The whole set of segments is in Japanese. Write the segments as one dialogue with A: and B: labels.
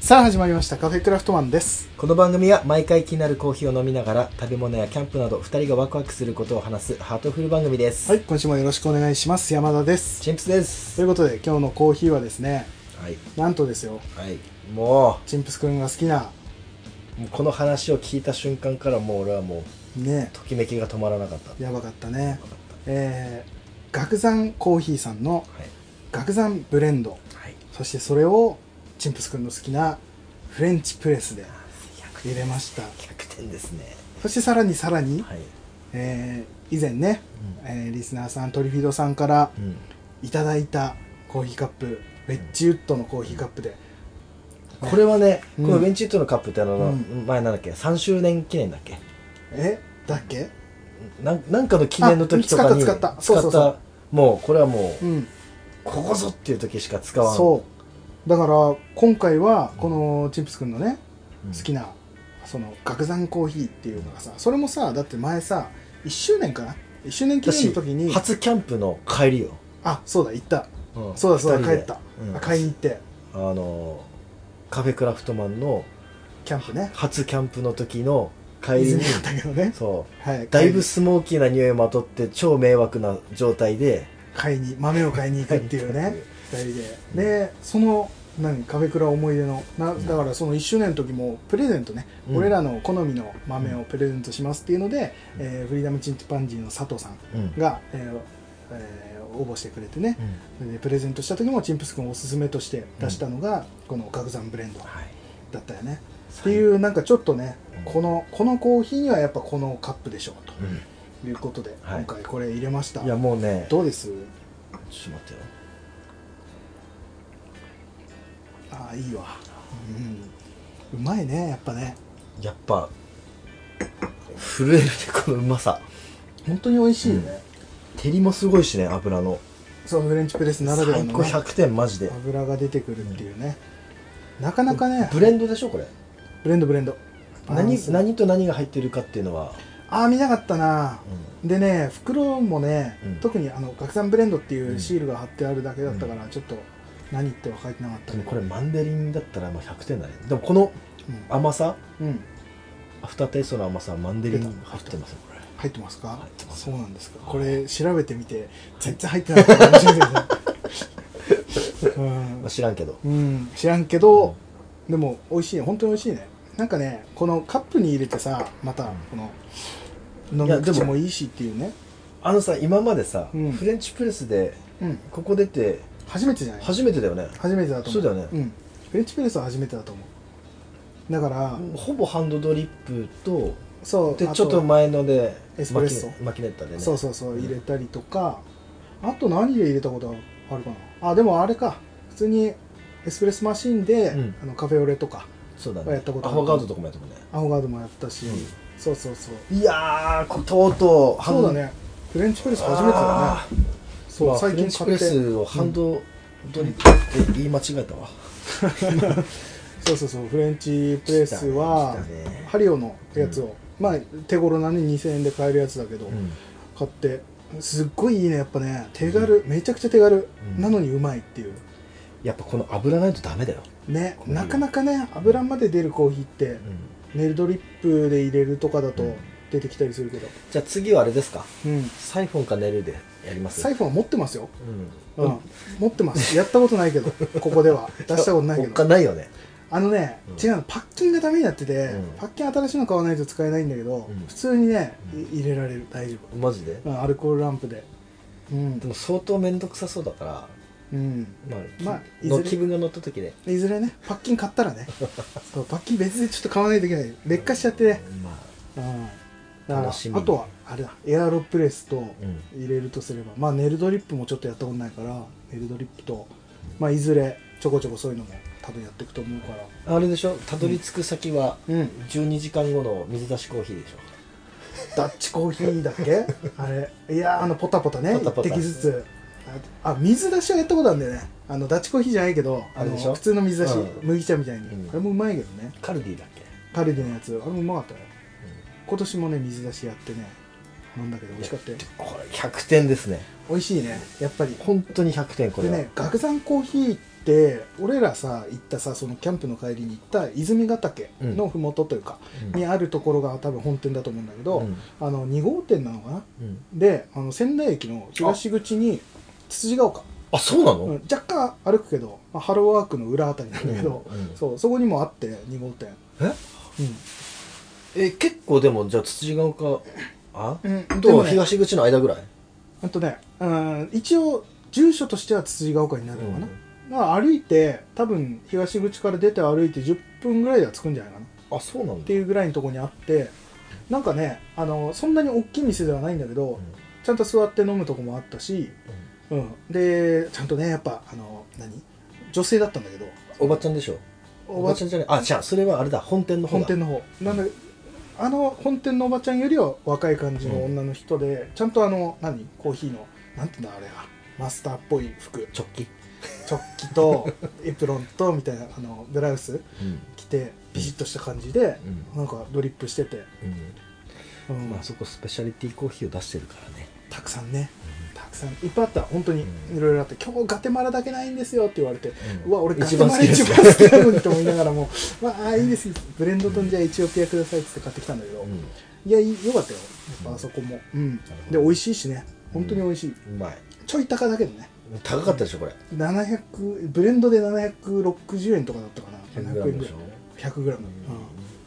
A: さあ始まりましたカフェクラフトマンです
B: この番組は毎回気になるコーヒーを飲みながら食べ物やキャンプなど2人がワクワクすることを話すハートフル番組です、
A: はい今週もよろしくお願いします山田です
B: チンプスで
A: と
B: す
A: いうことで今日のコーヒーはですね
B: はい
A: なんとですよ
B: はいも
A: チンプスくんが好きな
B: うもうこの話を聞いた瞬間からもう俺はもう
A: ね
B: ときめきが止まらなかった
A: やばかったね
B: わかった
A: えー、岳山コーヒーさんの
B: はい
A: 岳山ブレンド
B: はい
A: そしてそれをチンプスくんの好きなフレンチプレスで
B: 100
A: 入れました
B: 100点ですね
A: そしてさらにさらに、
B: はい
A: えー以前ね、えーリスナーさんトリフィードさんから
B: うん
A: いただいたコーヒーカップウェッジウッドのコーヒーカップで、
B: これはね、
A: うん
B: このベンチットのカップってあの、
A: うん
B: 前なんだっけ3周年記念だっけ
A: えだっけ
B: なんなんかの記念の時とかに
A: あ使った使ったそうそうそう
B: 使ったもうこれはもう、
A: うん
B: ここぞっていう時しか使わん
A: そうだから今回はこのチンプスくんのね
B: うん
A: 好きなその岳山コーヒーっていうのがさそれもさだって前さ1周年かな1周年記念の時に
B: 初キャンプの帰りよ、
A: あそうだ行った
B: うん
A: そうだそう
B: 二
A: だ
B: 人で
A: 帰った、
B: うん
A: あ買いに行って
B: あのカフェクラフトマンの
A: キャンプね
B: 初キャンプの時の帰りに
A: 泉だったけどね
B: そう
A: はい
B: だいぶスモーキーな匂いをまとって超迷惑な状態で
A: 買いに豆を買いに行くっていうね2人ででその何カフェクラ思い出のなだからその1周年の時もプレゼントね、
B: うん
A: 俺らの好みの豆をプレゼントしますっていうので、えーフリーダムチンチパンジーの佐藤さん
B: うん、うん
A: が、えーえー応募してくれてね、それでプレゼントした時もチンプス君おすすめとして出したのが、この岳山ブレンド
B: はい、
A: だったよね、っていうなんかちょっとね、このこのコーヒーにはやっぱこのカップでしょうと
B: うん、
A: いうことで、
B: はい
A: 今回これ入れました
B: いやもうねちょ
A: ど
B: っ
A: うです
B: と待ってよ
A: ああいいわうんうまいねやっぱね
B: やっぱ震えるね このうまさ
A: 本当に美味しいよね、
B: 照りもすごいしね油の
A: そうフレンチプレスならでは
B: 最
A: の、
B: 高
A: ね、
B: 100点マジで
A: 油が出てくるっていうね、なかなかね
B: ブレンドでしょこれ
A: ブレンドブレンド
B: 何
A: バランス
B: 何と何が入ってるかっていうのは、
A: ああ見なかったな
B: うん
A: でね袋もね、
B: うん
A: 特にあの拡散ブレンドっていううんシールが貼ってあるだけだったから、ちょっと何って分かってなかった
B: で
A: け
B: も
A: ど
B: これマンデリンだったらまあ100点だねでもこの甘さ
A: うん、うん
B: アフターテイストの甘さはマンデリン入ってますよこれ
A: 入ってますか
B: 入ってます
A: そうなんですかこれ調べてみて全然入って なかったかもしれないけどうん
B: まあ、知らんけど
A: うん、知らんけど、でも美味しい本当に美味しいねなんかねこのカップに入れてさまたこの飲
B: いや
A: み
B: でも
A: 口もいいしっていうね、
B: あのさ今までさ、
A: うん
B: フレンチプレスで
A: うん、
B: ここ出て
A: 初めてじゃない
B: 初めてだよね
A: 初めてだと思う
B: そうだよね
A: ん、フレンチプレスは初めてだと思うだから、
B: ほぼハンドドリップと
A: そう
B: で
A: あ
B: ちょっと前ので
A: エスプレッソ
B: マキマキネッタでね
A: そうそうそう入れたりとかあと何で入れたことあるかなあでもあれか普通にエスプレスマシンで、
B: うん
A: あのカフェオレとか
B: そうだ
A: や
B: ね
A: ったことあ
B: ア
A: る
B: フォガードとかもやったもんね
A: アホガードもやったし、
B: うん
A: そうそうそう
B: いやーことうとう
A: そうだねフレンチプレス初めてだね
B: ね
A: そう、
B: まあ
A: 最
B: フレン
A: 近
B: チプ
A: 買
B: レ
A: って
B: スをハンドドリップって言い間違えたわ
A: そうそうそうフレンチプレスは、
B: 来たね来たね
A: ハリオのやつを、まあ手頃なね2000円で買えるやつだけど、
B: うん
A: 買ってすっごいいいねやっぱね手軽、めちゃくちゃ手軽、
B: うん
A: なのにうまいっていう
B: やっぱこの油ないとダメだよ、
A: ね
B: コーヒー
A: なかなかね油まで出るコーヒーってネルドリップで入れるとかだ
B: う
A: と
B: ん
A: 出てきたりするけど、
B: じゃあ次はあれですか
A: うん、
B: サイフォンかネルでやります
A: サイフォンは持ってますよ、
B: う
A: うんん、持ってますやったことないけ どここでは出したことないけ
B: おっか
A: ど
B: ないよね
A: あのね、
B: うん
A: 違うのパッキンがダメになってて、
B: うん
A: パッキン新しいの買わないと使えないんだけど、
B: うん
A: 普通にね
B: うん
A: い入れられる大丈
B: マジで
A: 夫、うん、アルコールランプでうん
B: で、も相当面倒くさそうだから
A: うん、
B: ま
A: ま
B: あ、
A: あ
B: き
A: いずれ
B: の気分が乗った時で、
A: いずれねパッキン買った らねそうパッキン別でちょっと買わないといけない劣化しちゃってね、
B: まあ
A: うん、だから
B: 楽しみ
A: あとはあれだエアロプレスと
B: うん
A: 入れるとすれば、まあネルドリップもちょっとやったことないからネルドリップと、まあ、いずれちょこちょこそういうのも多分やっていくと思うから
B: あれでしょたどり着く先は
A: うん
B: 12時間後の水出しコーヒーでしょ
A: ダッチコーヒーだっけあれいやーあのポタポタね
B: ポタポタ
A: 一滴ずつあ水出しはやったことあるんだよねあのダッチコーヒーじゃないけど
B: あれでしょ
A: の普通の水出し、
B: うん
A: 麦茶みたいに、
B: うん
A: あれもうまいけどね
B: カルディだっけ、
A: カルディのやつあれもうまかったね今年もね水出しやってね飲んだけど美味しかったよ
B: これ100点ですね
A: 美味しいねやっぱり
B: 本当に100点これ
A: で
B: は
A: ね岳山コーヒーって俺らさ行ったさそのキャンプの帰りに行った泉ヶ岳の麓というか、にあるところが多分本店だと思うんだけど、
B: うん
A: あの2号店なのかな
B: うん
A: であの仙台駅の東口につつじが丘、
B: あそうなの、
A: うん、若干歩くけど、まあ、ハローワークの裏あたりなんだけど、
B: うんうん
A: そうそこにもあって2号店
B: ええ結構でもじゃあ土ヶ丘あ、
A: うん、うん、で
B: と
A: もね
B: 東口の間ぐらい
A: あとね、うん、一応住所としてはつつじが丘になるのかな、まあ歩いて多分東口から出て歩いて10分ぐらいでは着くんじゃないかな
B: あそうなん
A: っ
B: だ
A: ていうぐらいのところにあってなんかねあのそんなに大きい店ではないんだけど、
B: ん
A: ちゃんと座って飲むとこもあったし、うんでちゃんとねやっぱあの何女性だったんだけど
B: おばちゃんでしょお
A: お
B: ば
A: ば
B: ち
A: ち
B: ゃ
A: ゃ
B: ん
A: ん
B: じゃないあじゃあそれはあれだ本店の方
A: 本
B: だ
A: 店の方なんだあの本店のおばちゃんよりは若い感じの女の人で、ちゃんとあの何コーヒーのなんていうんだあれはマスターっぽい服
B: 直帰、
A: チョッキと エプロンとみたいなあのブラウス着てビシッとした感じで、
B: う
A: なんかドリップしてて、うん
B: まあそこスペシャリティコーヒーを出してるからね
A: たくさんねたくさんいっぱいあった本当に
B: うん
A: いろいろあって「今日ガテマラだけないんですよ」って言われて「
B: うん
A: うわ俺ガ
B: 一
A: テ
B: 番
A: マ
B: 好
A: ラ
B: きです
A: 一番好きなのに」と思いながらも 「まああいいですいいですブレンドとんじゃエチオピアください」っつって買ってきたんだけど、いやいいよかったよやっぱあそこも、うん、で美味しいしね本当に美味しい、
B: うまい
A: ちょい高だけどね
B: 高かったでしょこれ
A: 700ブレンドで760円とかだったかな700
B: 100g
A: 円
B: で
A: ぐ
B: し
A: らい
B: ょ
A: 100g、うん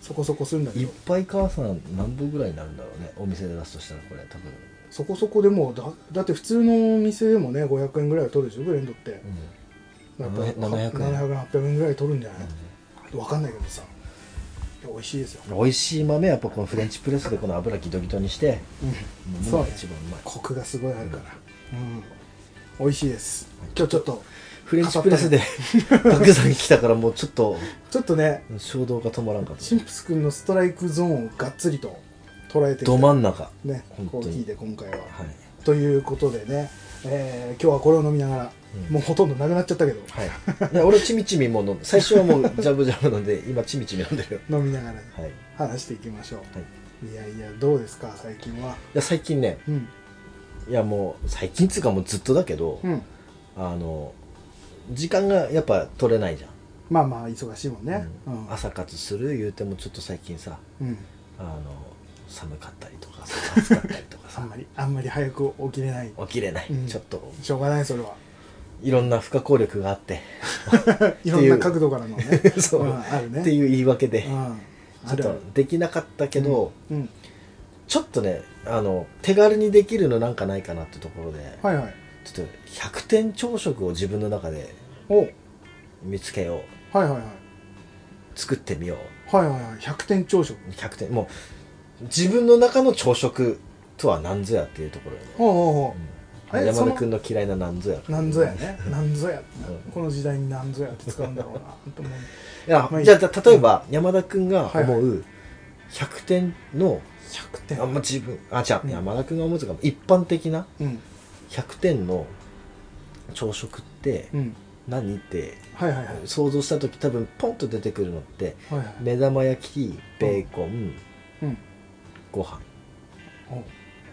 A: そこそこするんだけ
B: いっ
A: ど
B: ぱい母さん何本ぐらいになるんだろうねお店で出すとしたらこれ多分、
A: そこそこでもうだだって普通のお店でもね500円ぐらいは取るでしょブレンドって、やっぱ
B: 700円
A: 700円800円ぐらい取るんじゃない、わかんないけどさいや美味しいですよ、
B: 美味しい豆はやっぱこのフレンチプレスでこの油ギトギトにして飲む
A: そ
B: の
A: う
B: が
A: ね
B: 一番うまい
A: コクがすごいあるから、うん美味しいです今日ちょっと
B: フレンチプレスで たくさん来たからもうちょっと
A: ちょっとね
B: 衝動が止まらん かっ
A: シンプス君のストライクゾーンをがっつりと捉えてき
B: た
A: た
B: ど真ん中
A: ね
B: 本当
A: コ
B: に
A: ーヒーで今回は、
B: はい
A: ということでね、えー今日はこれを飲みながら、
B: うん
A: もうほとんどなくなっちゃったけど、
B: はいで俺ちみちみも飲んで最初 はもうジャブジャブなんで今ちみちみ飲んでるよ
A: 飲みながら
B: はい、はい、
A: 話していきましょ、
B: いう
A: い、やいやどうですか最近は
B: や最近ね
A: うん
B: いやもう最近っつうかもうずっとだけど、
A: うん
B: あの時間がやっぱ取れないじゃん
A: まあまあ忙しいもんね
B: う
A: うんん、
B: 朝活する言うてもちょっと最近さ
A: うん、
B: あの寒かったりと かさ暑かったりとか
A: あん
B: さ
A: まりあんまり早く起きれない
B: 起きれない、
A: うん
B: ちょっと
A: しょうがないそれは
B: いろんな不可抗力があって
A: いろんな角度からのね
B: そうん
A: あるね
B: っていう言い訳で、
A: うんあ
B: ちょっ
A: るあ
B: と
A: る
B: できなかったけど、
A: うん
B: ちょっとねあの手軽にできるのなんかないかなってところで、
A: はいはい
B: ちょっと100点朝食を自分の中で
A: おはい
B: 見つけよう
A: はいはい
B: 作ってみよ
A: はいはいはい100点朝食
B: う100点もう自分の中の朝食とは何ぞやっていうところよね
A: ほうほうほ
B: うん
A: え
B: 山
A: そ
B: 田
A: の
B: 君の嫌いななんぞや
A: うなんぞやねなんぞや
B: うん
A: この時代になんぞやって使うんだろうなと思う
B: いや、
A: まあいい
B: じゃあた例えば山田君が思う100点の、
A: 100点
B: あんま自分あじゃあ、
A: うん
B: 山田君が思うとか一般的な
A: うん
B: 100点の朝食って
A: うん
B: 何って
A: はいはいはい
B: 想像した時多分ポンと出てくるのって
A: はいはい
B: 目玉焼きベーコン
A: うん
B: ご飯
A: お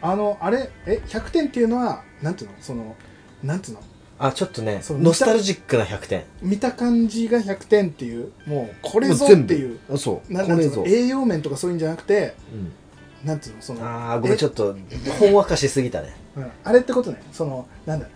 A: あのあれえ100点っていうのはなんていうのそのなんていうの
B: あちょっとね
A: そう
B: ノスタルジックな100点
A: 見た感じが100点っていうもうこれぞ
B: も全
A: って
B: 部
A: いう
B: あそう
A: な
B: こ
A: なんてい
B: れ
A: うの
B: ぞ、
A: 栄養面とかそういうんじゃなくて
B: うん
A: なんていうのその
B: あーごめん
A: え
B: ちょっとほんわかしすぎたね
A: うんあれってことねそのなんだ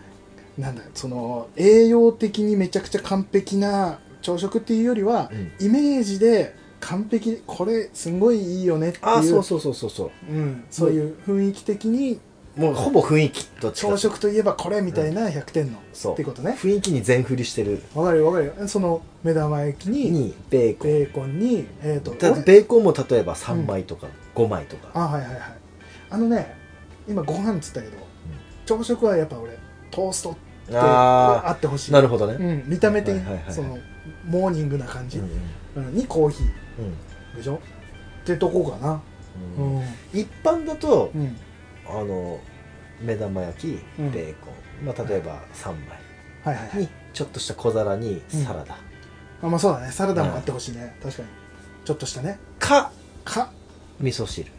A: なんだその栄養的にめちゃくちゃ完璧な朝食っていうよりは、イメージで完璧これすごいいいよねっていう
B: ああそうそうそうそうそう
A: うん、そういう雰囲気的に
B: もうほぼ雰囲気と違う
A: 朝食といえばこれみたいな100点の、
B: そう
A: ってことね
B: 雰囲気に全振りしてる
A: わかるよわかるよその目玉焼きに
B: にベーコン
A: ベーコンにえっ、と
B: ただ
A: 俺
B: ベーコンも例えば3枚とか5枚とか、
A: あはいはいはいあのね今ご飯っつったけど、朝食はやっぱ俺トーストってあ
B: あ
A: ってほしい
B: あなるほどね、
A: うん、見た目的に、
B: はいはいはいはい
A: そのモーニングな感じ、
B: うん
A: うんにコーヒ
B: うん
A: ーでしょってとこかなう
B: うん
A: ん
B: 一般だと、
A: うん
B: あの目玉焼き
A: うん
B: ベーコン、まあ、例えば3枚
A: はいはいはい
B: にちょっとした小皿にサラダ、
A: あまあそうだねサラダもあってほしいね、確かにちょっとしたね
B: か
A: か
B: 味噌汁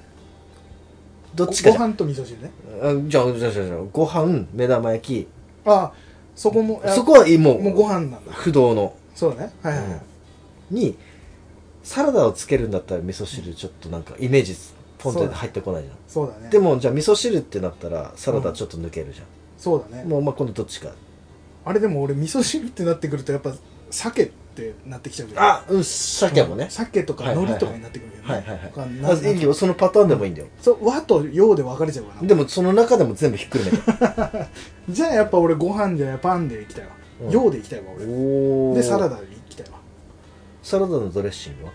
B: どっ
A: ご
B: ちかじゃん
A: 飯と味噌汁ね
B: あじゃあじゃあじゃあじゃあご飯目玉焼き
A: あそこもあ
B: そこはもう
A: もうご飯なんだ
B: 不動の、
A: そうだねはいはい、はい
B: にサラダをつけるんだったら味噌汁ちょっとなんかイメージポンと入ってこないじゃん
A: そうだね
B: でもじゃあ味噌汁ってなったらサラダちょっと抜けるじゃ
A: そうだね
B: ん、もうまあ今度どっちか
A: あれでも俺味噌汁ってなってくるとやっぱ鮭ってなってきちゃうじゃん
B: あうん鮭もね、
A: 鮭とか
B: はいはい
A: 海
B: はい
A: 苔とかになってくるよね
B: はいはいはい
A: これな
B: まずいいよそのパターンでもいいんだよ、
A: そう和と洋で分かれちゃうから
B: でもその中でも全部ひっくるめて
A: じゃあやっぱ俺ご飯じゃパンで行きたいわ、
B: うん
A: 洋で行きたいわ俺
B: おー
A: でサラダで行きたいわ
B: サラダのドレッシングは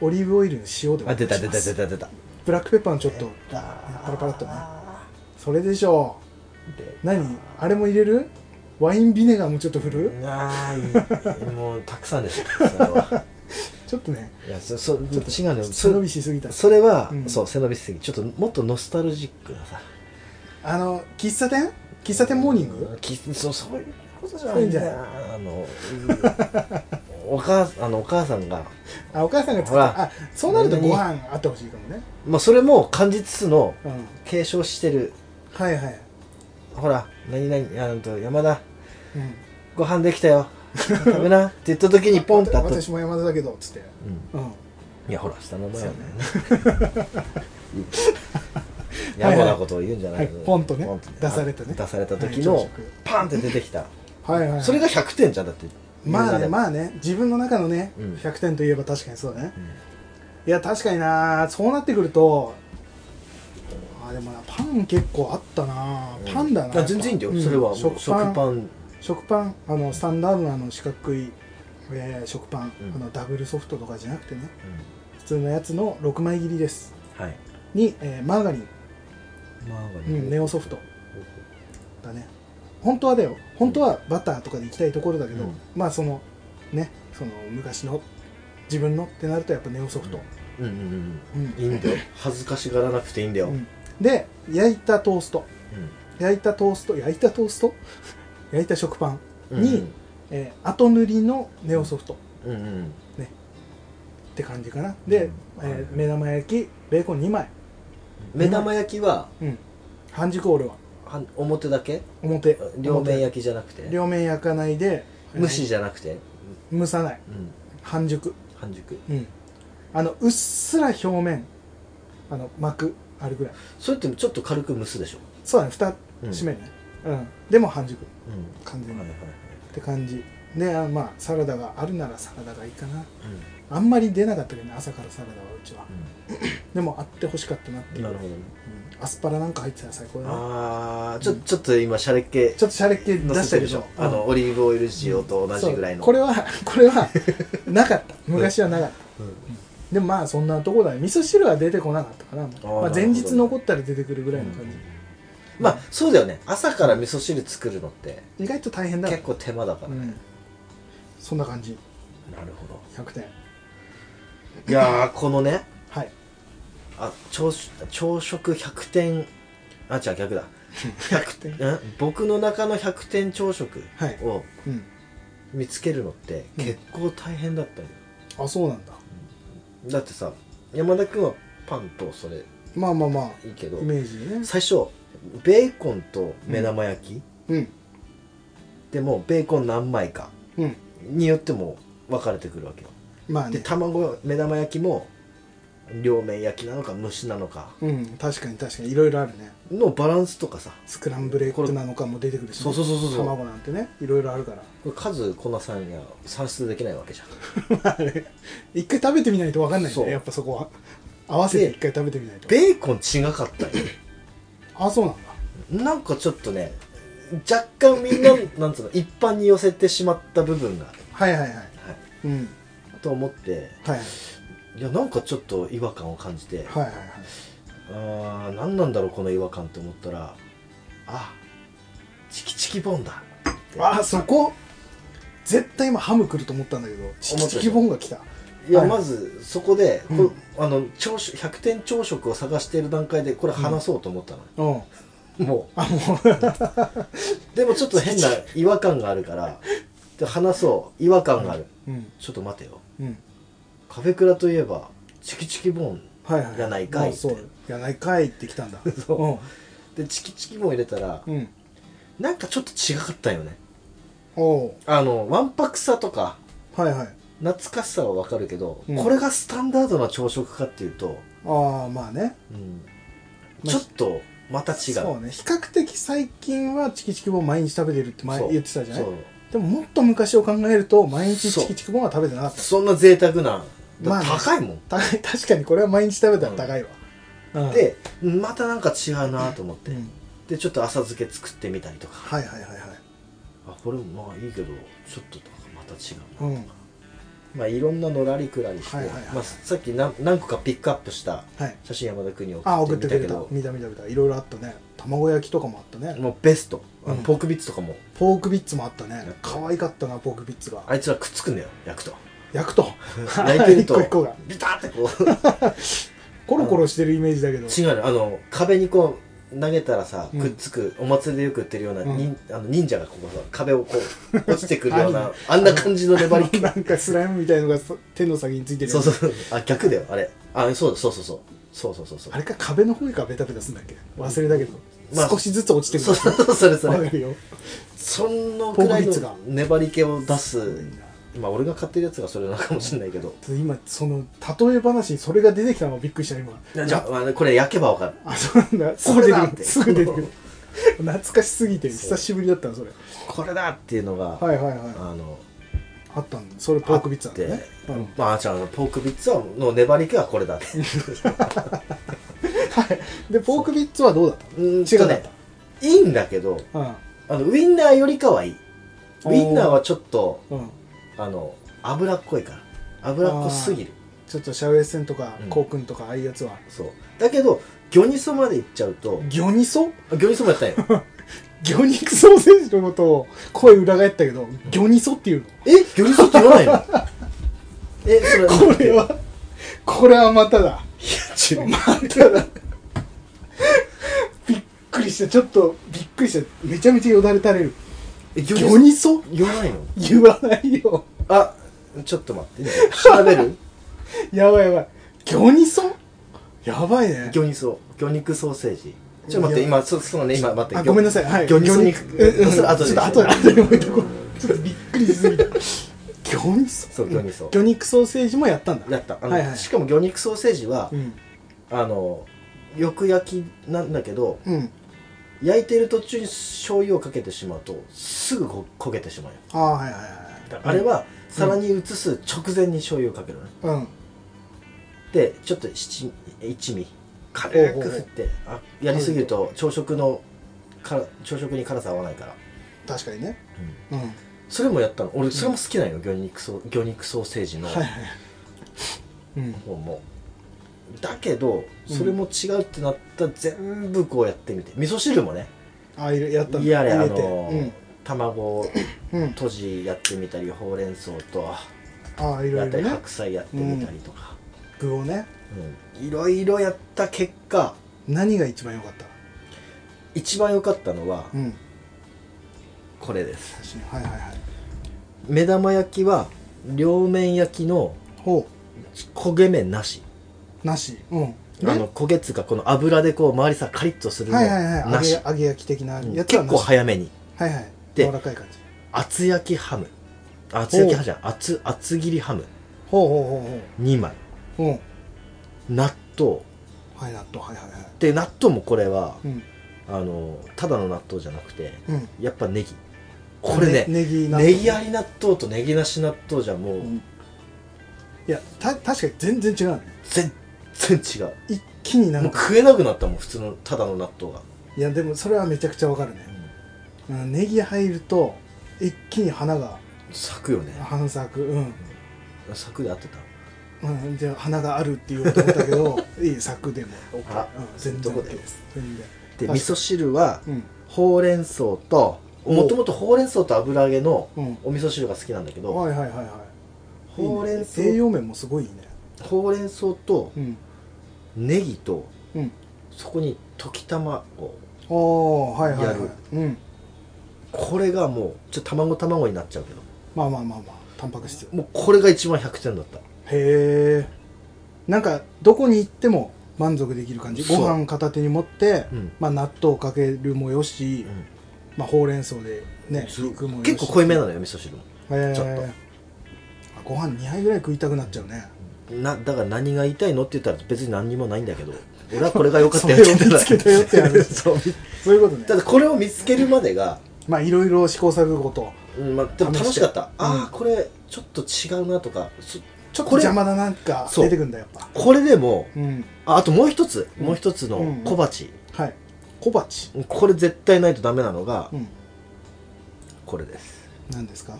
A: オリーブオイルに塩でお願
B: あ
A: いし
B: 出
A: ま
B: た
A: す
B: 出た出た出た
A: ブラックペッパーのちょっとパラパラっとねそれでしょ
B: で
A: う何あれも入れるワインビネガーもちょっと振る、
B: なあいもうたくさんですよそれは
A: ちょっとね
B: いやそそちょっと違うのよ
A: 背伸
B: そ
A: びしすぎた
B: それは、
A: うん
B: そう背伸びしすぎちょっともっとノスタルジックなさ
A: あの喫茶店喫茶店モーニング、
B: きそうそういうことじゃ
A: そう
B: ないい
A: うん
B: ん
A: じ
B: だ
A: ゃない
B: よあのお母あのお母さんが、
A: あお母さんが作っ
B: ほら
A: たあそうなるとご飯あってほしいかもね、
B: まあ、それも感じつつの
A: うん、はい
B: 継承してる
A: はい、
B: ほら何々あのと山田
A: うん、
B: ご飯できたよ食べなって言った時にポンってあった、うん、
A: 私も山田だけどつって、うん、
B: いやほら下の名前は ね
A: はい
B: 野暮なことを言うんじゃない
A: はいポンとね出されたね
B: 出された時
A: は
B: の
A: い朝食
B: パンって出てきた
A: はいはいはい
B: それが100点じゃんだって
A: まあ
B: み
A: ね
B: んなで
A: まあね自分の中のね、
B: うん
A: 100点といえば確かにそうだね
B: うん
A: いや確かになそうなってくるとあでもなパン結構あったなパンだな、
B: あ全然いいんだよ、
A: やっぱ
B: それは
A: うん
B: 食
A: 食
B: パン
A: パン食パンあのスタンダードなあの四角い、えー食パン、
B: うん
A: あのダブルソフトとかじゃなくてね普通のやつの6枚切りです
B: うんはい
A: に、えーマーガリン、
B: まあ
A: うん、ネオソフトだね本当はだよ本当はバターとかでいきたいところだけど、
B: うん
A: まあそのねその昔の自分のってなるとやっぱネオソフト、
B: うんうんうん
A: うん
B: うんいいんだよ恥ずかしがらなくていいんだよ、
A: うんで焼いたトースト
B: う
A: 焼いたトースト焼いたトースト 焼いた食パン、
B: ん
A: にえー後塗りのネオソフトっ
B: うんうんうん
A: て感じかなで、
B: うん
A: えー目玉焼きベーコン2枚、
B: 目玉焼きは
A: うん、半熟俺は
B: は表だけ
A: 表
B: 両面
A: 焼
B: 焼きじゃなくて
A: 両面焼かないで
B: 蒸しじゃなくて、
A: 蒸さない
B: うん、
A: 半熟
B: 半熟
A: うんあのうっすら表面あの膜あるぐらい
B: それってちょっと軽く蒸すでしょ、
A: そうだね蓋
B: うん
A: 閉めるね、うんでも半熟
B: う
A: 完全
B: ん
A: に、
B: はいはいはい
A: って感じであまあサラダがあるならサラダがいいかな
B: うん
A: あんまり出なかったけどね朝からサラダはうちは
B: う
A: でもあってほしかったなってい
B: ん
A: う
B: なるほどね
A: うんアスパラなんか入ってたら最高だな
B: ああちょちょっと今シャレっ気
A: ちょっとシャレっ気出
B: のせ
A: してた
B: る
A: け
B: でしょ
A: ど、
B: あの
A: うん
B: オリーブオイル塩と同じぐらいの
A: そうこれは これはなか った昔はなかった
B: うん
A: でもまあそんなとこだね味噌汁は出てこなかったかなまあ、
B: なるほど
A: 前日残ったら出てくるぐらいの感じ、
B: まあそうだよね朝から味噌汁作るのって
A: 意外と大変だ
B: 結構手間だから
A: う
B: ね、
A: ん、そんな感じ
B: なるほど
A: 100点
B: いやーこのね
A: はい
B: あ朝食朝食100点あ違う逆だ
A: 100点
B: ん僕の中の100点朝食
A: はい
B: を
A: うん
B: 見つけるのって
A: うん
B: 結構大変だったよ、
A: あそうなんだ
B: だってさ山田君はパンとそれ
A: まあまあまあ
B: いいけど
A: イメージね
B: 最初ベーコンと目玉焼き、
A: うん
B: でもベーコン何枚か
A: うん
B: によっても分かれてくるわけよ
A: まあ
B: で
A: ね
B: 卵目玉焼きも両面焼きなのか蒸しなのか
A: うん確かに確かにいろいろあるね
B: のバランスとかさ
A: スクランブルエッグなのかも出てくるし、ね、
B: そうそうそうそうそう
A: 卵なんてねいろいろあるから
B: これ数こなさんには算出できないわ けじゃん
A: まあね 一回食べてみないと分かんないんだ
B: そ
A: よ
B: う
A: ねやっぱそこは合わせて一回食べてみないと
B: ベーコン違かったよ
A: あそうなんだ
B: なんかちょっとね若干みんななんつうの一般に寄せてしまった部分がある、
A: はいはいはい
B: はい、
A: うん
B: と思って
A: はい
B: いやなんかちょっと違和感を感じ
A: は
B: て
A: いはいはい
B: あー何なんだろうこの違和感って思ったらあチキチキボンだって
A: あそこ絶対今ハム来ると思ったんだけどチキチキボンが来た
B: いや、
A: はい
B: まずそこで、こ
A: うん
B: あの朝食100点朝食を探している段階でこれ話そうと思ったの、
A: うん
B: も
A: あもう
B: う でもちょっと変な違和感があるからで話そう違和感がある、
A: うん
B: ちょっと待てよ
A: うん
B: カフェクラといえばチキチキボン
A: はいはい
B: やないかいって
A: もうそうやないかいって来た んだ
B: そうでチキチキボン入れたら、
A: うんうん
B: なんかちょっと違かったよね
A: おう
B: あのわんぱくさとか
A: はいはい
B: 懐かしさはわかるけど、
A: うん
B: これがスタンダードな朝食かっていうと、
A: ああまあね
B: うん
A: まあ
B: ちょっとまた違う
A: そうね比較的最近はチキチキボン毎日食べてるって前
B: そう
A: 言ってたじゃない
B: そう
A: でももっと昔を考えると毎日チキチキボンは食べてなかった
B: そんな贅沢な、
A: まあね
B: 高いもん
A: 高い 確かにこれは毎日食べたら高いわ、うん、
B: でまたなんか違うなと思って、
A: うん
B: でちょっと浅漬け作ってみたりとか
A: はいはいはいはい
B: あこれもまあいいけどちょっとまた違うな、
A: うん
B: まあいろんなのらりくらりして、
A: はいはいはい
B: まあ、さっき何何個かピックアップした
A: はい
B: 写真山田君に
A: あ
B: 送
A: 送
B: っ
A: っててくれ
B: みたけ
A: た
B: ど
A: 見た見た見たいろいろあったね卵焼きとかもあったね
B: もうベスト、あの
A: うん
B: ポークビッツとかも
A: ポークビッツもあった
B: っ
A: ね
B: た
A: 可愛かったなポークビッツが
B: あいつはくっつくんだよ焼くと
A: 焼くと
B: 焼いてる
A: 一個
B: と
A: 一個が
B: ビターってこう
A: コロコロしてるイメージだけど
B: 違うのあの壁にこう投げたらさ
A: うん
B: くっつく、お祭りでよく売ってるような、
A: うん
B: 忍あの忍者がここさ壁をこう落ちてくる ようなあんな感じの粘り気
A: なんかスライムみたいのが そ手の先についてる
B: そうそうそうあ逆だよあれあそうだそうそうそうそうそうそうそう
A: あれか壁の方がベタベタするんだっけ忘れたけど、
B: まあ
A: 少しずつ落ちてく
B: そう
A: る
B: そうそうそれそ
A: わ
B: れ
A: かるよ
B: そのくらい
A: ポークビッツが
B: の粘り気を出すまあ俺が買ってるやつがそれなのかもしれないけど
A: 今その例え話にそれが出てきたのがびっくりした今
B: じゃあまあこれ焼けばわかる
A: あそうなんだす
B: こ
A: ぐ
B: れ
A: 出て
B: だっ
A: く
B: て
A: るすぐ出てくる 懐かしすぎて久しぶりだったのそれ
B: これだっていうのが、
A: はいはいはい
B: あの
A: あったんだそれポークビッツなんだね
B: あって
A: うん
B: まあじゃあポークビッツはの粘り気はこ れだって
A: はいでポークビッツはどうだった
B: うん
A: 違
B: と
A: うだっ
B: ねいいんだけど
A: た
B: あのウインナーよりかはいい
A: お
B: ウ
A: ー
B: インナーはちょっと
A: うんうん
B: あの脂っこいから脂っこすぎる
A: ちょっとシャウエッセンとか
B: うん
A: コウ君とかああいうやつは
B: そうだけど魚味噌までいっちゃうと
A: 魚肉ソ
B: あ魚味噌もやったんよ
A: 魚肉ソーセージのことを声裏返ったけど魚肉ソっていうの
B: え魚味噌って言わないのえそれ
A: これはこれはまただ
B: ちょ
A: まただびっくりしたちょっとびっくりしためちゃめちゃよだれ垂れる
B: え魚
A: 魚
B: 味噌
A: 肉ソ
B: 言わないの
A: 言わないよ
B: あちょっと待って調べる
A: やばいやばい魚肉ソやばいね
B: 魚味噌魚肉ソーセージちょっと待って
A: いや
B: 今そそうね今待って
A: あごめんなさいはい
B: 魚味噌に
A: うんうん
B: それ後
A: ちょっ
B: で
A: と後で後で置いとこうちょっとびっくりしすぎた魚肉ソ
B: そう魚味噌
A: 魚肉ソーセージもやったんだ
B: やったあの、
A: はいはい
B: しかも魚肉ソーセージは、
A: うん
B: あのよく焼きなんだけど
A: うん
B: 焼いてる途中に醤油をかけてしまうとすぐこ焦げてしまうよ
A: ああはいはいはい
B: あれは皿に移す直前に醤油をかけるのね、
A: うん
B: でちょっと七一味軽く振ってあやりすぎると朝食のから朝食に辛さ合わないから、
A: 確かにねうんはい
B: それもやったの俺それも好きなんよ、魚肉ソ魚肉ソーセージの
A: はいはいうん
B: 方も、だけどそれも違うってなったら全部こうやってみて味噌汁もね
A: ああいうやったんだ
B: やれあ
A: 入
B: の
A: れて
B: ー卵
A: うんうん
B: とじやってみたりほうれん草と
A: ああいろ
B: や
A: い
B: っ
A: ろ
B: たり
A: ね
B: 白菜やってみたりとか、
A: 具をね
B: うんいろいろやった結果
A: 何が一番良かった
B: 一番良かったのは
A: うん
B: これです
A: 確かにはいはいはい
B: 目玉焼きは両面焼きの
A: ほ
B: 焦げ目なし、
A: うなしうんね
B: あの焦げっつうかこの油でこう周りさカリッとするの
A: はいはいはい揚
B: な
A: げ
B: し、
A: 揚げ焼き的なやつは
B: 結
A: なし
B: 構早めに
A: はいはい
B: で
A: 柔らかい感じ
B: 厚焼きハム厚焼きハムじゃん厚厚切りハム
A: ほうほうほ
B: 2枚
A: うほううん
B: 納豆
A: はい納豆はいはいはい
B: で納豆もこれは
A: うん
B: あのただの納豆じゃなくて
A: うん
B: やっぱネギこれね
A: ネギ納豆
B: ネギあり納豆とネギなし納豆じゃもう
A: うんいやた確かに全然違うね
B: 全然違う
A: 一気になん
B: もう
A: か
B: 食えなくなったもん普通のただの納豆が
A: いやでもそれはめちゃくちゃわかるね、うん、ネギ入ると一気に花が
B: 咲くよね
A: 花咲くうん、
B: 咲くで合ってた
A: うん、じゃあ花があるって言おうと思ったけ どいい咲くでも OK
B: あ、
A: うん、全
B: ど
A: 然
B: こ
A: OK
B: で
A: です全然
B: で
A: 確か
B: 味
A: に
B: 噌汁は
A: うん
B: ほうれん草と
A: お
B: もともとほうれん草と油揚げの
A: うん
B: お味噌汁が好きなんだけど
A: はいはいはいはい
B: ほうれん草
A: いいね栄養面もすごいいいね
B: ほうれん草と
A: うん
B: ネギと
A: うん
B: そこに溶き卵
A: ああはいはいは
B: や
A: い
B: る
A: うん
B: これがもうちょっと卵卵になっちゃうけど
A: まあまあまあまあタンパク質へ
B: もうこれが一番100点だった
A: えなんかどこに行っても満足できる感じ
B: そう
A: ご飯片手に持って、
B: うん
A: まあ、納豆かけるもよし、まあ、ほうれん草でね
B: ず
A: 肉もいるし
B: 結構濃いめなのよ味噌汁も
A: えー
B: ちょっと
A: あご飯2杯ぐらい食いたくなっちゃうね
B: なだから何が言いたいのって言ったら別に何にもないんだけど俺はこれが良かった
A: それを見つけたよって話
B: そう
A: そういうことね
B: ただこれを見つけるまでが、
A: まあいろいろ試行錯誤と
B: うんまあ、でも楽しかった
A: 試して
B: ああこれちょっと違うなとか
A: ち
B: そ
A: ょっと
B: これ
A: 邪魔だなんか
B: そう
A: 出てくんだやっぱ
B: これでも
A: うん
B: ああともう一つ
A: うん
B: もう一つの
A: うん
B: 小鉢、
A: はい小鉢
B: これ絶対ないとダメなのが
A: うん
B: これです
A: 何ですか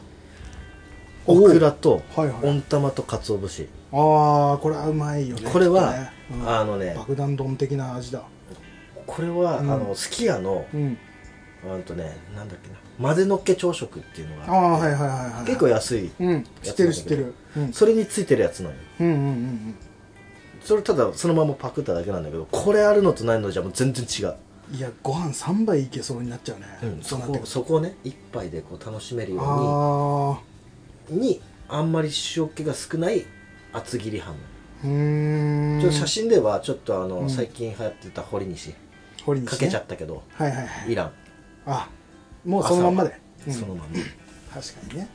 A: おう
B: オクラと
A: はいはい
B: 温玉と鰹節
A: ああこれはうまいよね
B: これは
A: きっとねうん
B: あのね
A: 爆弾丼的な味だ
B: これは、
A: うん
B: あのすき家の
A: うん
B: うんとねなんだっけな混ぜのっけ朝食っていうの
A: あ
B: が
A: あ
B: あ
A: ー
B: って
A: はいはいはいはい
B: 結構安い
A: うん知ってる知ってるうん
B: それについてるやつなのよ
A: うんうんうん
B: それただそのままパクっただけなんだけどこれあるのとないのじゃもう全然違う、
A: うんいやご飯3杯いけそうになっちゃうねそ
B: そ
A: うなって
B: こ
A: くる
B: そこをね一杯でこう楽しめるよ
A: ああ
B: うににあんまり塩気が少ない厚切りハム、
A: うーん
B: ちょっと写真ではちょっとあの、
A: うん
B: 最近流行ってた堀西
A: 堀西
B: か
A: ね
B: けちゃったけど、
A: はいはいはい
B: いらん、
A: あもうそのまんまで、うん
B: そのまま
A: 確かにね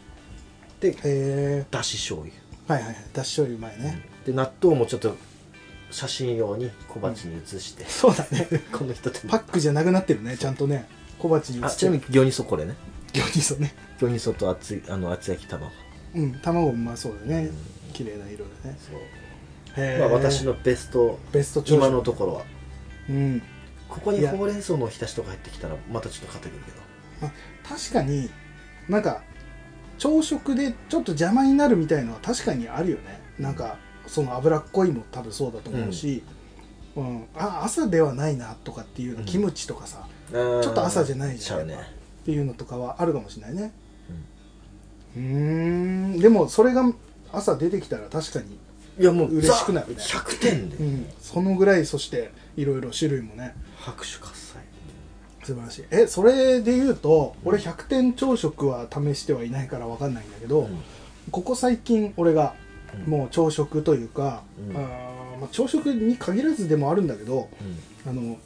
B: で
A: へえ
B: だし醤油
A: はいはいはいだし醤油うまいね、
B: で納豆もちょっと写真用に小鉢に移して、
A: そうだね
B: この人手
A: パックじゃなくなってるねちゃんとね小鉢に移
B: あ
A: し
B: ちなみ
A: て
B: に魚にそこれね
A: 料理そうね
B: 魚にそと厚いあの厚焼き卵
A: うん卵うまそうだね、
B: うん
A: 綺麗な色でね
B: そう、
A: へえ
B: まあ、私のベスト
A: ベスト朝食
B: 今のところは
A: うん
B: ここ
A: い
B: に
A: や
B: ほうれん草のおひたしとか入ってきたらまたちょっと買ってくるけど
A: 確かになんか朝食でちょっと邪魔になるみたいのは確かにあるよねなんかその脂っこいも多分そうだと思うし、うんあ朝ではないなとかっていうの、
B: うん
A: キムチとかさ
B: ちょ
A: ちょっと朝じゃないじ
B: ち
A: ゃ
B: ゃ
A: ん
B: うね
A: っていうのとかはあるかもしれないねうーんでもそれが朝出てきたら確かに、
B: いやもう
A: 嬉しくなるね
B: ザ100点で、
A: うん、そのぐらいそしていろいろ種類もね
B: 拍手喝采
A: 素晴らしいえそれで言うと俺100点朝食は試してはいないから分かんないんだけど、ここ最近俺が
B: うん
A: もう朝食というか、
B: うん
A: あーまあ、朝食に限らずでもあるんだけど
B: うん
A: あの、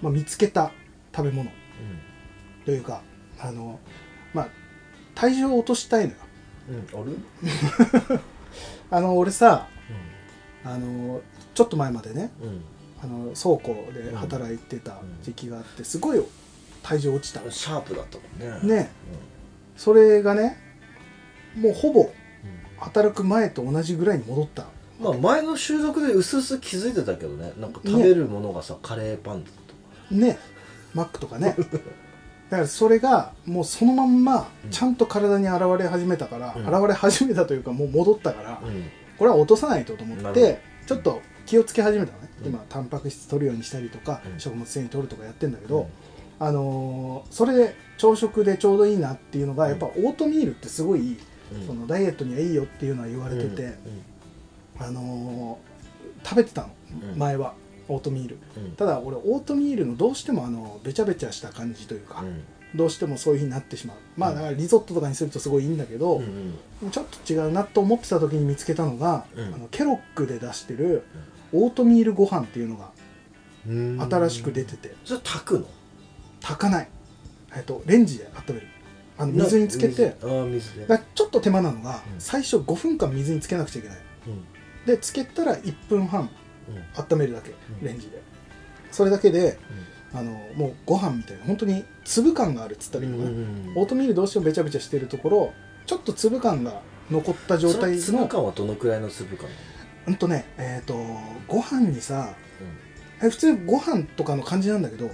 A: まあ、見つけた食べ物
B: うん
A: というかあの、まあ、体重を落としたいのよ
B: うん、ある、うん
A: あの俺さあのちょっと前までねあの倉庫で働いてた時期があってすごい体重落ちたの
B: シャープだったもんね
A: ねそれがねもうほぼ
B: うん
A: 働く前と同じぐらいに戻った
B: うんまあ前の収録でうすうす気づいてたけどねなんか食べるものがさ、カレーパンだと
A: ねマックとか ねだからそれがもうそのまんま
B: うん
A: ちゃんと体に現れ始めたから、
B: うん
A: 現れ始めたというかもう戻ったから、
B: か、うん
A: これは落とさないとと思
B: な
A: っ
B: るほど
A: てちょっと気をつけ始めたのね、
B: うん
A: 今タンパク質取るようにしたりとか、
B: うん
A: 食物繊維取るとかやってんだけど、あのーそれで朝食でちょうどいいなっていうのが、
B: うん
A: やっぱオートミールってすごい、
B: うん
A: そのダイエットにはいいよっていうのは言われてて、
B: うん
A: あのー食べてたの、
B: うん
A: 前はオートミール
B: うん
A: ただ俺オートミールのどうしてもあのべちゃべちゃした感じというか、
B: うん
A: どうしてもそういうふうになってしまうまあ
B: うん
A: だからリゾットとかにするとすごいいいんだけど、
B: うん
A: ちょっと違うなと思ってた時に見つけたのが、
B: うん
A: あのケロックで出してるオートミールご飯っていうのが
B: うん
A: 新しく出てて、
B: それ炊くの
A: 炊かない、えっと、レンジで温めるあの水につけて
B: 水あー水で
A: だからちょっと手間なのが、
B: うん
A: 最初5分間水につけなくちゃいけない
B: うん
A: でつけたら1分半
B: うん
A: 温めるだけ
B: ん
A: レンジで、それだけであのもうご飯みたいな本当に粒感があるっつったらいいのかな、オートミールどうしてもべちゃべちゃしてるところちょっと粒感が残った状態
B: その粒
A: の
B: 感はどのくらいの粒感な
A: うんとねえっ、とご飯にさえ普通ご飯とかの感じなんだけど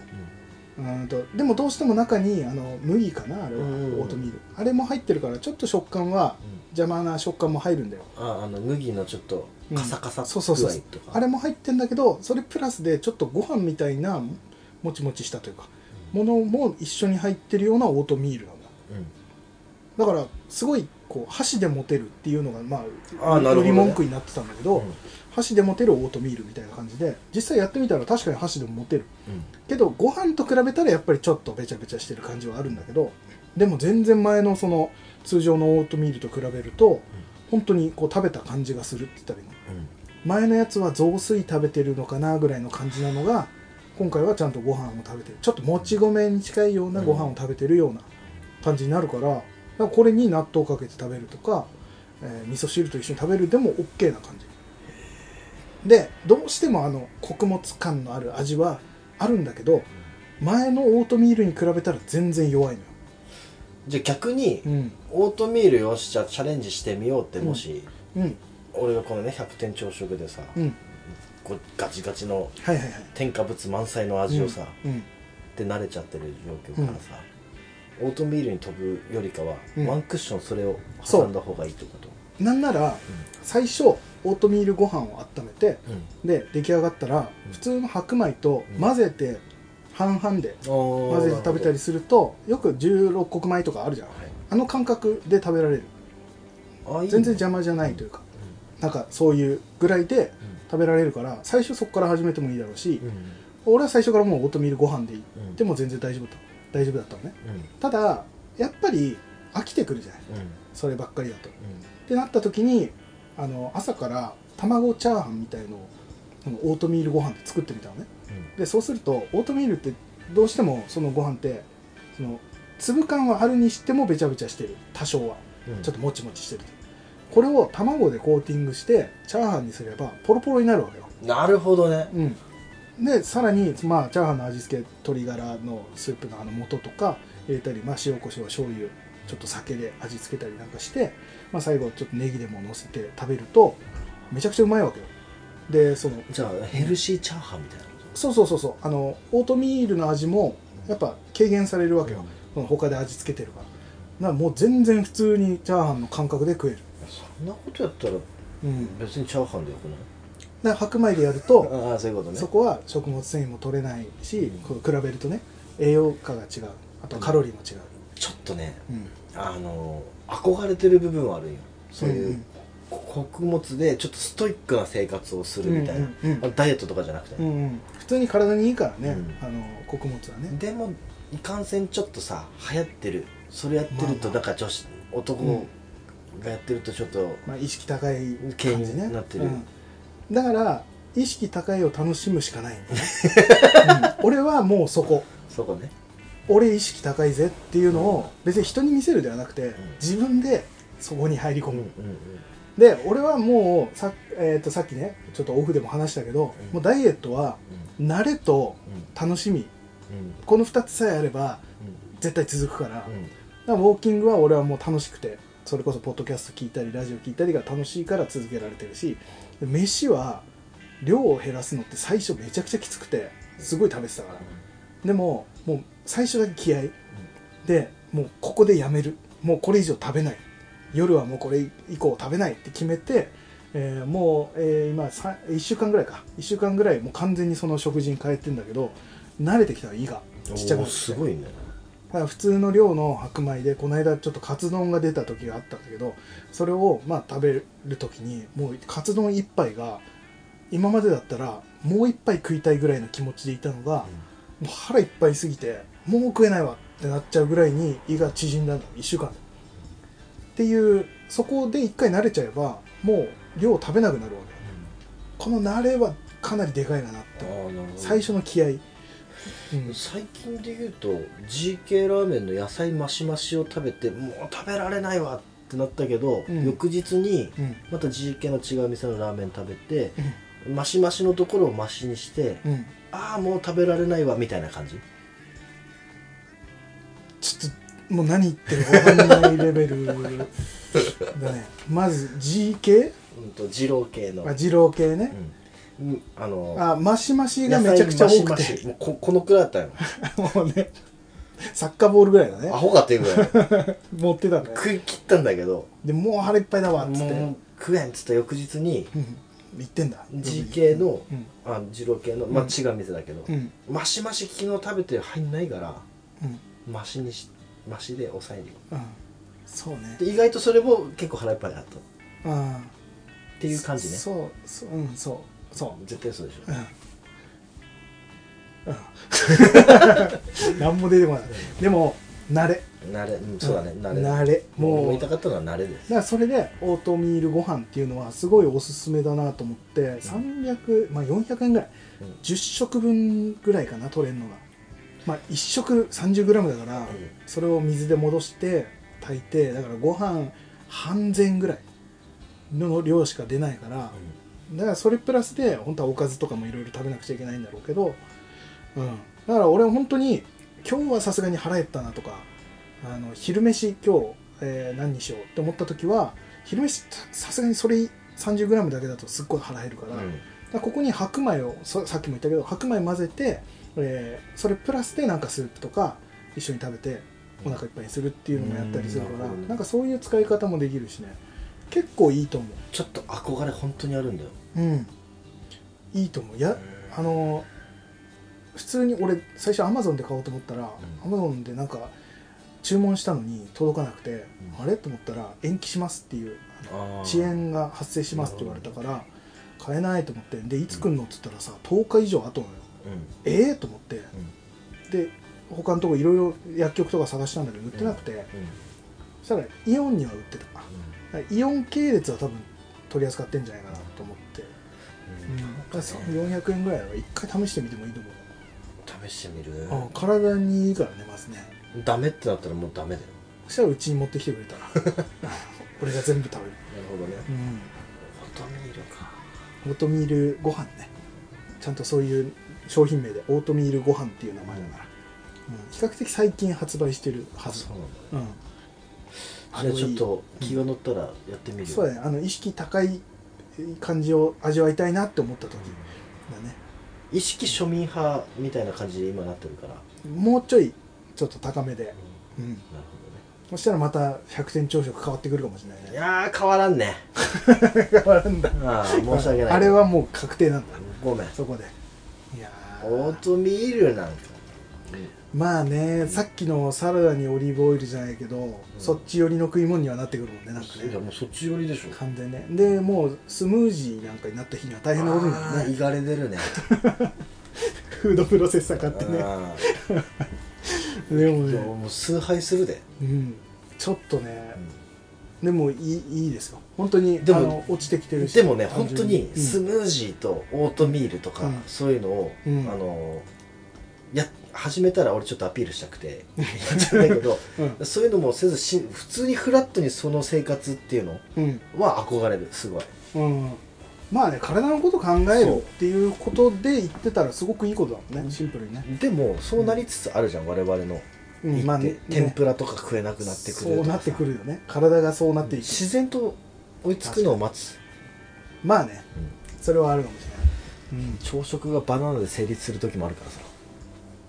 A: うーんとでもどうしても中にあの麦かなあれは
B: うんうんうん
A: オートミールあれも入ってるからちょっと食感は邪魔な食感も入るんだよ
B: ああの麦のちょっとカサカサ
A: そうそうそう
B: 具合とか
A: あれも入ってんだけどそれプラスでちょっとご飯みたいなもちもちしたというかものも一緒に入ってるようなオートミールなんだ
B: うん
A: だからすごいこう箸で持てるっていうのがまあ
B: あーなるほどね
A: 売り文句になってたんだけど、
B: うん
A: 箸で持てるオートミールみたいな感じで実際やってみたら確かに箸でも持てるけどご飯と比べたらやっぱりちょっとべちゃべちゃしてる感じはあるんだけどでも全然前のその通常のオートミールと比べると本当にこう食べた感じがするって言ったらいいの前のやつは雑炊食べてるのかなぐらいの感じなのが今回はちゃんとご飯を食べてるちょっともち米に近いようなご飯を食べてるような感じになるから,、これに納豆かけて食べるとか、えー、味噌汁と一緒に食べるでも OK な感じでどうしてもあの穀物感のある味はあるんだけど前のオートミールに比べたら全然弱いのよ、
B: じゃあ逆に、
A: うん
B: オートミールよしじゃあチャレンジしてみようってもし、
A: うん
B: 俺がこのね100点朝食でさ、
A: うん、
B: こうガチガチの
A: はいはいはい
B: 添加物満載の味をさ、
A: うん
B: って慣れちゃってる状況からさ、オートミールに飛ぶよりかは、
A: うん
B: ワンクッションそれを挟んだ方がいいってこと
A: なんなら最初オートミールご飯を温めてで出来上がったら
B: うん
A: 普通の白米と
B: うん
A: 混ぜて半々で混
B: 混
A: ぜて食べたりするとよく16穀米とかあるじゃんあの感覚で食べられる全然
B: ゃ、
A: 邪魔じゃないというかなんかそういうぐらいで食べられるから最初そこから始めてもいいだろうし
B: うんうん
A: 俺は最初からもうオートミールご飯でいっ
B: うん
A: ても全然大丈夫だった大丈夫だったのね
B: うんうん
A: ただやっぱり飽きてくるじゃない
B: うん
A: そればっかりだとってなった時にあの朝から卵チャーハンみたいのをこのオートミールご飯で作ってみたのねでそうするとオートミールってどうしてもそのご飯ってその粒感はあるにしてもべちゃべちゃしてる多少は
B: うんうん
A: ちょっともちもちしてるとこれを卵でコーティングしてチャーハンにすればポロポロになるわけよ
B: なるほどね
A: うんでさらに、まあ、チャーハンの味付け鶏ガラのスープのあの素とか入れたり、まあ、塩コショウ醤油ちょっと酒で味付けたりなんかして、まあ、最後ちょっとネギでも乗せて食べるとめちゃくちゃうまいわけよでその
B: じゃあヘルシーチャーハンみたいなこ
A: そうそうそうそうあのオートミールの味もやっぱ軽減されるわけよ、その他で味付けてるからだからもう全然普通にチャーハンの感覚で食える
B: とそんなことやったら
A: うんだか
B: 別にチャーハンでよくない
A: ら白米でやると
B: ああそういうことね
A: そこは食物繊維も取れないし、こう比べるとね栄養価が違うあとカロリーも違う、
B: ちょっとね
A: うん
B: あの憧れてる部分はあるんよそういう、
A: うん
B: 穀物でちょっとストイックな生活をするみたいな、
A: うんうんうん
B: あダイエットとかじゃなくて、
A: うんうん普通に体にいいからね、
B: うん
A: あの穀物はね
B: でもいかんせんちょっとさ流行ってるそれやってる
A: まあま
B: と
A: あ
B: だから女子男がやってるとちょっと、
A: まあ意識高い感じ
B: 系
A: ね
B: になってる
A: うんだから意識高いを楽しむし かないんだね、うん俺はもうそこ
B: そこね
A: 俺意識高いぜっていうのを別に人に見せるではなくて、自分でそこに入り込
B: うん
A: む、
B: うん
A: で俺はもうさ,、えー、とさっきねちょっとオフでも話したけど、
B: うん
A: もうダイエットは慣れと
B: う
A: 楽しみ
B: んうん
A: この2つさえあれば
B: う
A: 絶対続くから,、だか
B: んうん
A: らウォーキングは俺はもう楽しくてそれこそポッドキャスト聞いたりラジオ聞いたりが楽しいから続けられてるしで飯は量を減らすのって最初めちゃくちゃきつくてすごい食べてたからでももう最初だけ気合いでもうここでやめるもうこれ以上食べない夜はもうこれ以降食べないって決めて、えーもう、えー今さ1週間ぐらいか1週間ぐらいもう完全にその食事に変えてんだけど慣れてきたら胃が
B: うん
A: ちっちゃく
B: お
A: な
B: ー
A: って
B: すごいね
A: だから普通の量の白米でこの間ちょっとカツ丼が出た時があったんだけどそれをまあ食べる時にもうカツ丼一杯が今までだったらもう一杯食いたいぐらいの気持ちでいたのが、もう腹いっぱいすぎてもう食えないわってなっちゃうぐらいに胃が縮んだの1週間でっていうそこで一回慣れちゃえばもう量食べなくなるわけこの慣れはかなりでかいかなって
B: あーなるほど
A: 最初の気合い、うん
B: 最近で言うと GK ラーメンの野菜増し増しを食べてもう食べられないわってなったけど、
A: うん
B: 翌日に
A: うん
B: また GK の違う店のラーメン食べて増し増しのところを増しにして、
A: うん、
B: ああもう食べられないわみたいな感じ
A: ちょっともう何言ってるか分かんないレベルだねまず G 系
B: うんと二郎系の
A: あ二郎系ね、
B: うんうんあの
A: あマシマシがめちゃくちゃ多く
B: 野菜増し増
A: て
B: しもうここのくらいだったよ
A: もうねサッカーボールぐらいだ
B: ア
A: ね
B: ホかっていうぐらい
A: 持ってたね
B: 食い切ったんだけど
A: でもう腹いっぱいだわっつって、
B: もう食えんっつった翌日に
A: うん言ってんだ
B: GK の
A: うん
B: あ二郎系のまあ違う店だけど
A: うん
B: マシマシ昨日食べて入んないから
A: うん、
B: マシにしマシで抑えるよ
A: うん、そうね
B: で意外とそれも結構腹いっぱいだったっ
A: あって
B: いう感じね
A: そうそううんそうそう
B: 絶対そうでしょ
A: うんう ん何も出てこないでも慣れ
B: 慣れ、うん、そうだね、慣れ。
A: 慣れ
B: もう、俺
A: も
B: も
A: う
B: 言いたかったのは慣れで
A: だ
B: す。
A: からそれでオートミールご飯っていうのはすごいおすすめだなと思って300、まあ、400円ぐらい、
B: うん
A: 10食分ぐらいかな取れるのが、まあ、1食 30g だから、それを水で戻して炊いてだからご飯半膳ぐらいの量しか出ないからだからそれプラスで本当はおかずとかもいろいろ食べなくちゃいけないんだろうけど、うん、だから俺本当に今日はさすがに腹減ったなとかあの昼飯今日、えー何にしようって思った時は昼飯ささすがにそれ 30g だけだとすっごい腹減るから,、だからここに白米をそさっきも言ったけど白米混ぜて、えーそれプラスでなんかスープとか一緒に食べてお腹いっぱいにするっていうのもやったりするから、
B: うん
A: なんかそういう使い方もできるしね結構いいと思う。
B: ちょっと憧れ本当にあるんだよ。
A: うんいいと思ういやあの普通に俺最初アマゾンで買おうと思ったらアマゾンでなんか注文したのに届かなくて、
B: うん
A: あれと思ったら延期しますっていう
B: あー
A: 遅延が発生しますって言われたから買えないと思ってでいつ来るのっつったらさ10日以上後なのよ
B: う
A: ええと思って、で他のとこいろいろ薬局とか探したんだけど売ってなくて、
B: ん。うん。
A: そしたらイオンには売ってただからイオン系列は多分取り扱ってんじゃないかなと思って
B: うん
A: うん、400円ぐらいは一回試してみてもいいと思う、
B: 試してみる
A: あ体にいいからねまずね
B: ダメってなったらもうダメだよ。
A: そしたらうちに持ってきてくれた ら俺が全部食べる、
B: なるほどね。
A: うん、
B: オートミールか。
A: オートミールご飯ねちゃんとそういう商品名でオートミールご飯っていう名前だから、うん、比較的最近発売してるは
B: あ、
A: ず
B: そうなんだ。
A: うん
B: じゃあちょっと
A: うん
B: 気が乗ったらやってみるよ。
A: そうだねあの意識高い感じを味わいたいなって思った時だね
B: 意識庶民派みたいな感じで今なってるから。
A: もうちょいちょっと高めで、うん、
B: なる
A: そしたらまた100点朝食変わってくるかもしれない
B: ほど
A: ね
B: ね。いやー、変わらんね。
A: 変わるんだ
B: ああ、申し訳ない。
A: あれ。はもう確定なんだ
B: ごめん。
A: そこでいやー
B: オートミールなんか。
A: まあねさっきのサラダにオリーブオイルじゃないけど、そっち寄りの食い物にはなってくるもんねなんか
B: いや、
A: ね
B: もうそっち寄りでしょ。
A: 完全ねでもうスムージーなんかになった日には大変なことにな
B: あ
A: る
B: ー
A: ね
B: いがれ出るね。
A: フードプロセッサー買ってね
B: あ
A: でも
B: ー
A: ね、
B: もう崇拝するで。
A: うん、ちょっとね、でもいいいいですよ本当に
B: でも
A: あの落ちてきてるし
B: でもね、本
A: 単
B: 当
A: 純
B: に
A: うん
B: スムージーとオートミールとか、
A: うん
B: そういうのを、
A: うん
B: あのや始めたら俺ちょっとアピールした くてやっちゃうんだけど
A: うん
B: そういうのもせずし普通にフラットにその生活っていうの
A: うん
B: は憧れるすごい
A: うんまあね体のこと考えるっていうことで言ってたらすごくいいことだもんね、シンプルにね,、
B: でもそうなりつつあるじゃん、我々の、
A: うん
B: 行って天
A: ね
B: ぷらとか食えなくなってくる
A: そう
B: とか
A: な
B: さ
A: ってくるよね体がそうなっていく、
B: 自然と追いつくのを待つ、
A: まあね
B: うん
A: それはあるかもしれない、うん、
B: 朝食がバナナで成立する時もあるからさ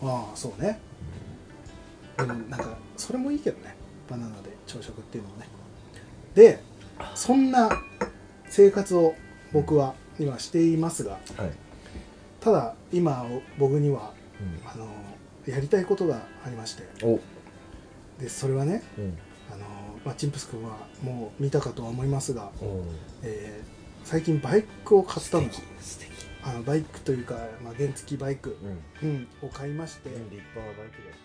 A: ああそうねでもなんかそれもいいけどねバナナで朝食っていうのもねでそんな生活を僕は今していますが
B: はい、
A: ただ今僕には
B: うん
A: あのやりたいことがありまして
B: お
A: でそれはね
B: うん
A: あの、まあ、チンプス君はもう見たかとは思いますが、
B: お
A: えー最近バイクを買ったのよ
B: 素敵
A: あのバイクというか、まあ、原付バイク、
B: うん
A: うん、を買いまして、
B: 立派なバイクだよ